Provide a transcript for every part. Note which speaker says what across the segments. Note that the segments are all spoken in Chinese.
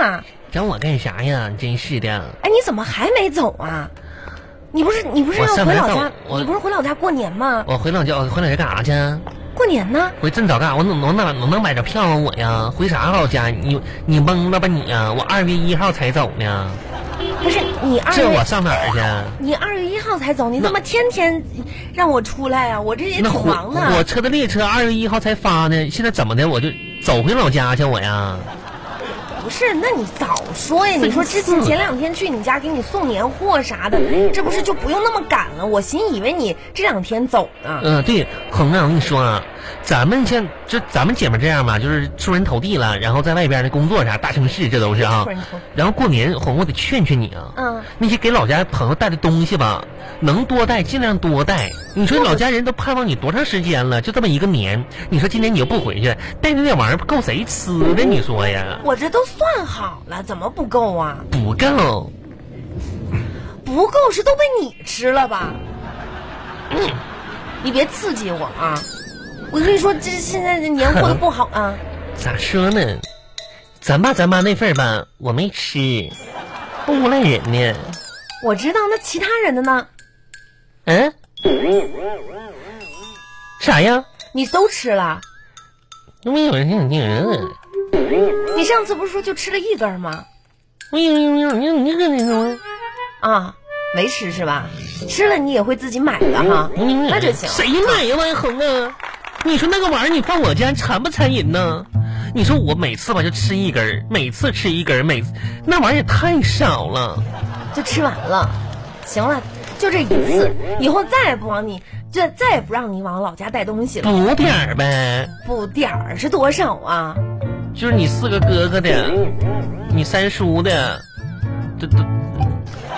Speaker 1: 啊？
Speaker 2: 找我干啥呀？真是的，
Speaker 1: 哎，你怎么还没走啊？你不是你不是
Speaker 2: 我
Speaker 1: 要
Speaker 2: 上
Speaker 1: 回
Speaker 2: 哪
Speaker 1: 老
Speaker 2: 走
Speaker 1: 家？
Speaker 2: 我
Speaker 1: 你不是回老家过年吗？
Speaker 2: 我回老家，我回老家干啥去？啊
Speaker 1: 过年呢？
Speaker 2: 回镇早干啥？我能能哪能能买着票啊我呀？回啥老家？你你蒙了吧你呀、我二月一号才走呢，
Speaker 1: 不是你二
Speaker 2: 这
Speaker 1: 月
Speaker 2: 我上哪儿去？啊
Speaker 1: 你二月一号才走，你怎么天天让我出来啊？我这也
Speaker 2: 那
Speaker 1: 挺
Speaker 2: 火
Speaker 1: 忙的。
Speaker 2: 火车的列车二月一号才发呢，现在怎么的？我就走回老家去我呀？
Speaker 1: 不是，那你早说呀！你说之前前两天去你家给你送年货啥的，这不是就不用那么赶了？我心以为你这两天走呢。
Speaker 2: 嗯、对，红啊，我跟你说啊，咱们现就咱们姐们这样吧，就是出人头地了，然后在外边的工作啥，大城市这都是啊
Speaker 1: 出人头地。
Speaker 2: 然后过年，红，我得劝劝你啊，
Speaker 1: 嗯，
Speaker 2: 那些给老家朋友带的东西吧，能多带尽量多带。你说老家人都盼望你多长时间了？就这么一个年，你说今年你又不回去，带着那玩意儿够谁吃的？你说呀，
Speaker 1: 我这都算好了，怎么不够啊？
Speaker 2: 不够。
Speaker 1: 不够是都被你吃了吧？你别刺激我啊！我跟你说，这现在这年货都不好 啊！
Speaker 2: 咋说呢？咱爸咱妈那份儿吧，我没吃，不诬赖人呢。
Speaker 1: 我知道，那其他人的呢？
Speaker 2: 嗯？啥呀？
Speaker 1: 你都吃了？
Speaker 2: 没有人，你人，
Speaker 1: 你上次不是说就吃了一根吗？
Speaker 2: 没有，没有，没有，你个人
Speaker 1: 啊，没吃是吧？吃了你也会自己买的哈，
Speaker 2: 嗯
Speaker 1: 那就行。
Speaker 2: 谁买呀，万恒啊？你说那个玩意儿，你放我家馋不馋人呢？你说我每次吧就吃一根儿，每次吃一根儿，每次那玩意儿也太少了。
Speaker 1: 就吃完了。行了，就这一次，以后再也不往你，就再也不让你往老家带东西了。
Speaker 2: 补点儿呗，
Speaker 1: 补点儿是多少啊？
Speaker 2: 就是你四个哥哥的，
Speaker 1: 嗯
Speaker 2: 你三叔的，这这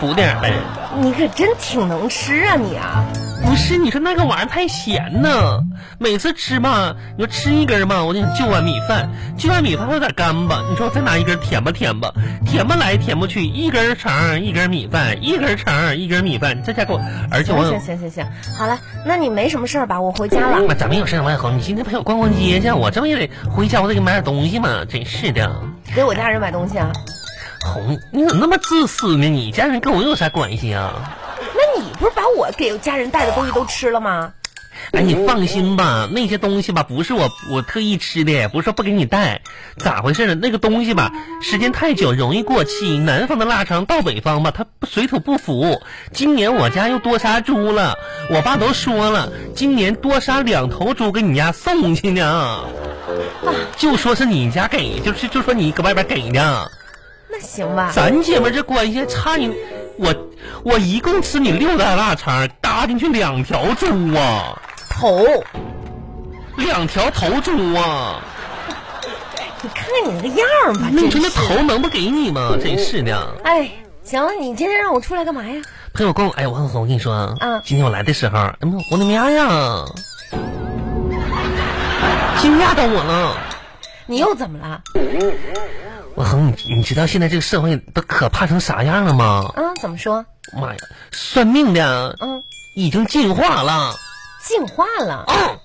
Speaker 2: 补点儿呗。
Speaker 1: 你可真挺能吃啊你啊！
Speaker 2: 不是，你说那个玩意儿太咸呢，每次吃吧，你说吃一根儿吧，我就想就碗米饭，就碗米饭还有点干巴，你说我再拿一根儿舔吧舔吧，舔吧来舔不去，一根儿肠儿一根儿米饭，一根儿肠儿一根儿米饭，这家给我，而且
Speaker 1: 行
Speaker 2: 我有
Speaker 1: 行，行行行，好了，那你没什么事儿吧？我回家了。
Speaker 2: 妈，咱们有事儿，王小红，你今天陪我逛逛街去，我这不也得回家，我得给买点东西嘛，真是的，
Speaker 1: 给我家人买东西啊？
Speaker 2: 红，你怎么那么自私呢？你家人跟我有啥关系啊？
Speaker 1: 那你不是把我给家人带的东西都吃了吗？
Speaker 2: 哎，你放心吧，那些东西吧，不是我我特意吃的，也不是说不给你带，咋回事呢？那个东西吧，时间太久容易过期。南方的腊肠到北方吧，它不水土不服。今年我家又多杀猪了，我爸都说了，今年多杀两头猪给你家送去呢，就说是你家给，就是就说你搁外边给的。
Speaker 1: 那行吧，
Speaker 2: 咱姐们这关系差你，我我一共吃你六袋腊肠，搭进去两条猪啊。
Speaker 1: 头，
Speaker 2: 两条头猪啊！
Speaker 1: 你看看你那个样儿吧，
Speaker 2: 你
Speaker 1: 真
Speaker 2: 说那
Speaker 1: 是。嗯
Speaker 2: 头能不给你吗？真是的，
Speaker 1: 哎，行了，你今天让我出来干嘛呀？
Speaker 2: 朋友跟我哎，王小红，我跟你说啊，
Speaker 1: 嗯
Speaker 2: 今天我来的时候，哎妈，我的妈呀，惊讶到我了。
Speaker 1: 你又怎么了？
Speaker 2: 王恒，你你知道现在这个社会都可怕成啥样了吗？
Speaker 1: 啊，怎么说？
Speaker 2: 妈呀，算命的
Speaker 1: 嗯，
Speaker 2: 已经进化了。
Speaker 1: 进化了，
Speaker 2: 嗯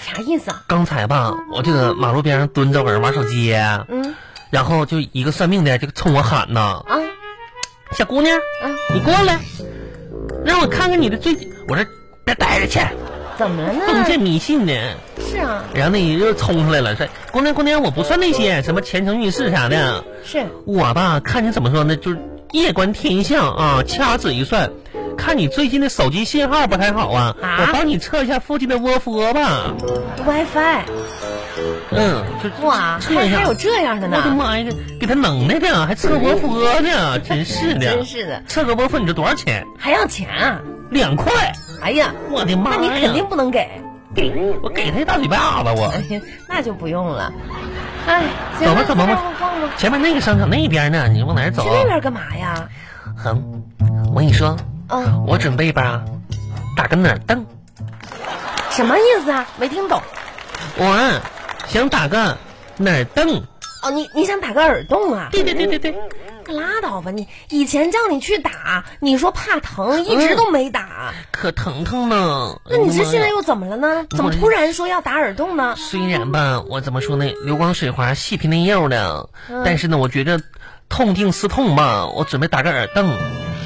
Speaker 1: 啥意思啊？
Speaker 2: 刚才吧，我这个马路边上蹲着，搁那玩手机，
Speaker 1: 嗯
Speaker 2: 然后就一个算命的就冲我喊呐
Speaker 1: 啊：“
Speaker 2: 小姑娘，
Speaker 1: 啊，
Speaker 2: 你过来，让我看看你的最……我说别待着去，
Speaker 1: 怎么了
Speaker 2: 封建
Speaker 1: 呢？
Speaker 2: 迷信呢。
Speaker 1: 是啊，
Speaker 2: 然后那人就冲出来了，说：“姑娘，姑娘，我不算那些什么前程运势啥的，
Speaker 1: 是啊
Speaker 2: 我吧看你怎么说呢，就是夜观天象啊，掐指一算，看你最近的手机信号不太好啊，
Speaker 1: 啊
Speaker 2: 我帮你测一下附近的窝佛吧。
Speaker 1: WiFi。
Speaker 2: 嗯，就
Speaker 1: 哇，
Speaker 2: 测
Speaker 1: 还
Speaker 2: 一下
Speaker 1: 还有。这样的
Speaker 2: 我的
Speaker 1: 呢？
Speaker 2: 妈呀，给他能耐的，还测窝佛呢，真是的，
Speaker 1: 真是的
Speaker 2: 测个窝佛你这多少钱？
Speaker 1: 还要钱啊？
Speaker 2: 两块。”
Speaker 1: 哎呀，
Speaker 2: 我的妈
Speaker 1: 那
Speaker 2: 呀！
Speaker 1: 你肯定不能给，
Speaker 2: 给我给他一大嘴巴子，我
Speaker 1: 哎呀，那就不用了。哎，行
Speaker 2: 走吧
Speaker 1: 了，
Speaker 2: 走
Speaker 1: 再
Speaker 2: 吧
Speaker 1: 让
Speaker 2: 吧
Speaker 1: 我逛逛。
Speaker 2: 前面那个商场那边呢，你往哪儿走
Speaker 1: 去？那边干嘛呀？
Speaker 2: 哼，我跟你说，
Speaker 1: 嗯，
Speaker 2: 我准备吧，打个哪儿凳，
Speaker 1: 什么意思啊？没听懂。
Speaker 2: 我想打个哪儿凳。
Speaker 1: 哦，你你想打个耳洞啊？
Speaker 2: 对对对对对，
Speaker 1: 拉倒吧你！以前叫你去打，你说怕疼，一直都没打。
Speaker 2: 可疼疼呢。
Speaker 1: 那你这现在
Speaker 2: 哎哎呀
Speaker 1: 又怎么了呢？怎么突然说要打耳洞呢？嗯
Speaker 2: 虽然吧，我怎么说呢，流光水滑、细皮嫩肉的，但是呢，我觉着痛定思痛吧，我准备打个耳洞。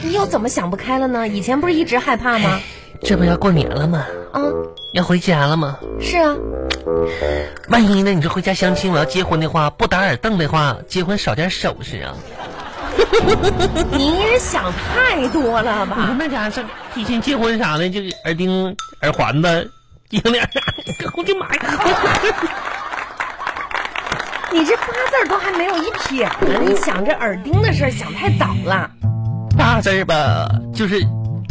Speaker 1: 你又怎么想不开了呢？以前不是一直害怕吗？
Speaker 2: 这不要过年了吗？
Speaker 1: 啊，
Speaker 2: 要回家了吗？
Speaker 1: 是啊，
Speaker 2: 万一呢？你说回家相亲，我要结婚的话，不打耳洞的话，结婚少点首饰啊。
Speaker 1: 你也想太多了
Speaker 2: 你说
Speaker 1: 吧？
Speaker 2: 那家伙这提前结婚啥的，就耳钉、耳环子、银链儿，我的妈呀！
Speaker 1: 你这八字儿都还没有一撇呢，你想这耳钉的事儿想太早了。
Speaker 2: 大字儿吧，就是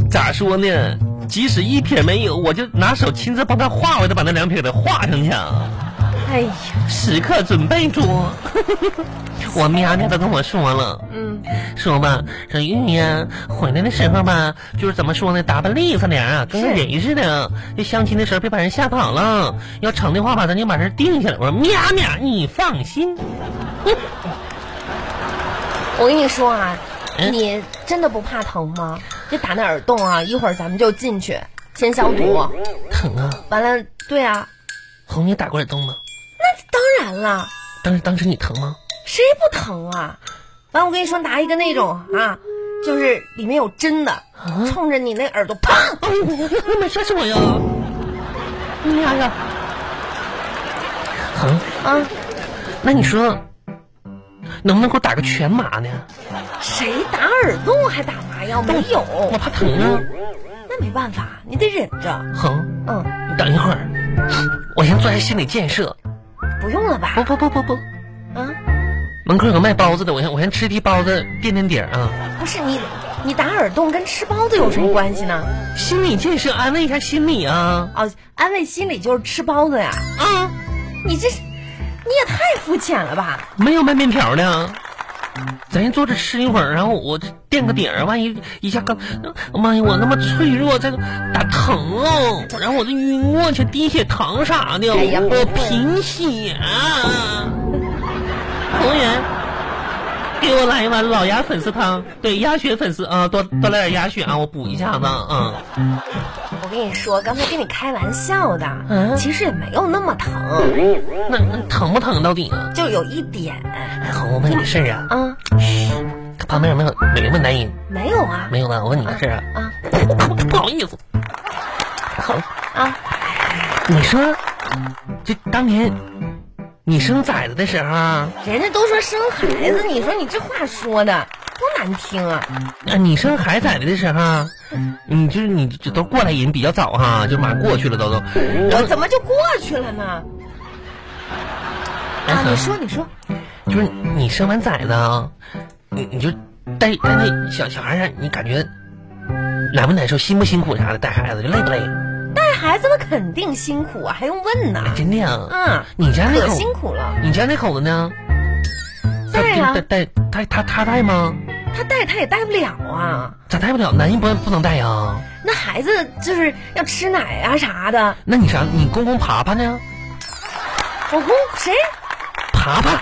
Speaker 2: 咋说呢？即使一撇没有，我就拿手亲自帮他画，我得把那两撇给他画上去啊！
Speaker 1: 哎呀，
Speaker 2: 时刻准备着。我喵喵都跟我说了，
Speaker 1: 嗯，
Speaker 2: 说吧，小玉呀，回来的时候吧，就是怎么说呢，打扮利索点儿啊，跟个
Speaker 1: 是
Speaker 2: 人似的。这相亲的时候别把人吓跑了，要成的话吧，咱就把人定下来。我说喵喵，你放心，
Speaker 1: 我跟你说啊，
Speaker 2: 嗯
Speaker 1: 你真的不怕疼吗？就打那耳洞啊，一会儿咱们就进去，先消毒。
Speaker 2: 疼啊！
Speaker 1: 完了，对啊，
Speaker 2: 红，你打过耳洞吗？
Speaker 1: 当然了，
Speaker 2: 当时当时你疼吗？
Speaker 1: 谁不疼啊？完，我跟你说，拿一个那种啊，就是里面有针的，
Speaker 2: 啊
Speaker 1: 冲着你那耳朵砰，
Speaker 2: 哎呦，你没摔死我呀！妈嗯呀！哼，
Speaker 1: 啊，
Speaker 2: 那你说能不能给我打个全麻呢？
Speaker 1: 谁打耳洞还打麻药？没有，
Speaker 2: 我怕疼啊！
Speaker 1: 那没办法，你得忍着。
Speaker 2: 哼，
Speaker 1: 嗯，
Speaker 2: 你等一会儿，我先做下心理建设。
Speaker 1: 不用了吧
Speaker 2: 不？不不不不，
Speaker 1: 啊，
Speaker 2: 门口有卖包子的，我先我先吃屉包子垫垫底儿啊！
Speaker 1: 不是你，你打耳洞跟吃包子有什么关系呢？
Speaker 2: 心理建设，安慰一下心理啊！
Speaker 1: 哦，安慰心理就是吃包子呀。
Speaker 2: 啊，
Speaker 1: 你这是，你也太肤浅了吧？
Speaker 2: 没有卖面条的。咱先坐着吃一会儿，然后我垫个底儿，万一一下刚，妈呀，我那么脆弱，这打疼哦，然后我就晕过去，低血糖啥的，
Speaker 1: 哎呀不
Speaker 2: 我贫血。啊服务员，给我来一碗老鸭粉丝汤，对，鸭血粉丝啊，多多来点鸭血啊，我补一下子啊。
Speaker 1: 我跟你说，刚才跟你开玩笑的，
Speaker 2: 嗯
Speaker 1: 其实也没有那么疼，
Speaker 2: 那那疼不疼到底啊？
Speaker 1: 就有一点
Speaker 2: 哎，红，我问你个事儿啊，
Speaker 1: 啊，
Speaker 2: 旁边有没有有没有男人？
Speaker 1: 没有啊
Speaker 2: 没有吧？我问你个事儿啊。
Speaker 1: 啊
Speaker 2: 不好意思。好，
Speaker 1: 啊！
Speaker 2: 你说，就当年你生崽子的时候，啊，
Speaker 1: 人家都说生孩子，你说你这话说的多难听啊！
Speaker 2: 你生孩崽子的时候，啊你就是你这都过来人比较早哈、就马上过去了都都。然
Speaker 1: 我
Speaker 2: 后
Speaker 1: 怎么就过去了呢？啊，你说你说，
Speaker 2: 就是你生完崽子啊，你你就带带那小小孩儿，你感觉难不难受，辛不辛苦啥的，带孩子就累不累？
Speaker 1: 带孩子们肯定辛苦啊，还用问呢？
Speaker 2: 真的呀。
Speaker 1: 嗯，
Speaker 2: 你家那
Speaker 1: 可
Speaker 2: 口，
Speaker 1: 辛苦了。
Speaker 2: 你家那口子呢？他
Speaker 1: 带啊
Speaker 2: 带带他他他带吗？
Speaker 1: 他带他也带不了啊，
Speaker 2: 咋带不了？男人不不能带啊？
Speaker 1: 那孩子就是要吃奶啊啥的。
Speaker 2: 那你啥？你公公爬爬呢？
Speaker 1: 我公谁？
Speaker 2: 爬爬！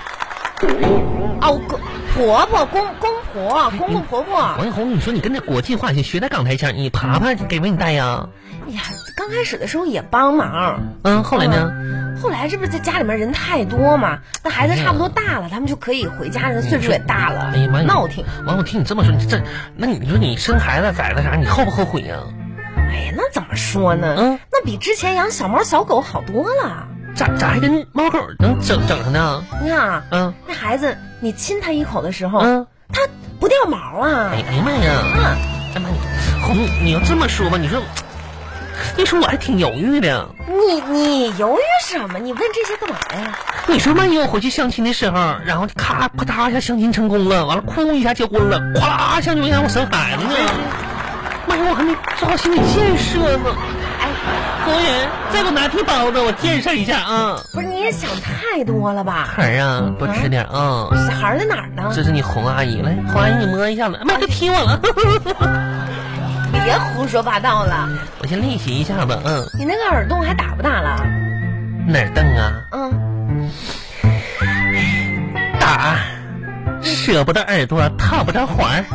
Speaker 1: 哦，公婆婆公公婆公公婆哎婆。
Speaker 2: 王一红，你说你跟那国际化，你学点港台腔，你爬爬给不给你带呀？
Speaker 1: 哎呀，刚开始的时候也帮忙，
Speaker 2: 嗯，后来呢？
Speaker 1: 后来这不是在家里面人太多嘛，那孩子差不多大了，他们就可以回家，人岁数也大了
Speaker 2: 哎呀妈，呀！
Speaker 1: 闹挺。
Speaker 2: 王，我听你这么说，你这，那你说你生孩子、崽子啥，你后不后悔呀、
Speaker 1: 哎呀，那怎么说呢
Speaker 2: 嗯？
Speaker 1: 那比之前养小猫小狗好多了。
Speaker 2: 咋咋还跟猫狗能整整上呢？
Speaker 1: 你看啊，
Speaker 2: 嗯
Speaker 1: 那孩子，你亲他一口的时候，
Speaker 2: 嗯，
Speaker 1: 他不掉毛啊
Speaker 2: 哎。哎呀妈呀！
Speaker 1: 嗯，
Speaker 2: 哎妈，你红，你要这么说吧，你说，那时候我还挺犹豫的。
Speaker 1: 你你犹豫什么？你问这些干嘛呀？
Speaker 2: 你说万一我回去相亲的时候，然后咔啪嗒一下相亲成功了，完了哭一下结婚了，咵啦相亲让我生孩子呢？妈呀，我还没做好心理建设呢。
Speaker 1: 哎，
Speaker 2: 服务员，再给我拿屉包子，我建设一下啊。
Speaker 1: 不是你也想太多了吧？
Speaker 2: 孩儿啊，多吃点啊。
Speaker 1: 小孩儿在哪儿呢？
Speaker 2: 这是你红阿姨，来，红阿姨你摸一下子，妈别踢我了，
Speaker 1: 别胡说八道了，
Speaker 2: 我先练习一下子，嗯，
Speaker 1: 你那个耳洞还打不打了？
Speaker 2: 哪儿瞪啊？
Speaker 1: 嗯，
Speaker 2: 打，舍不得耳朵套不着环儿，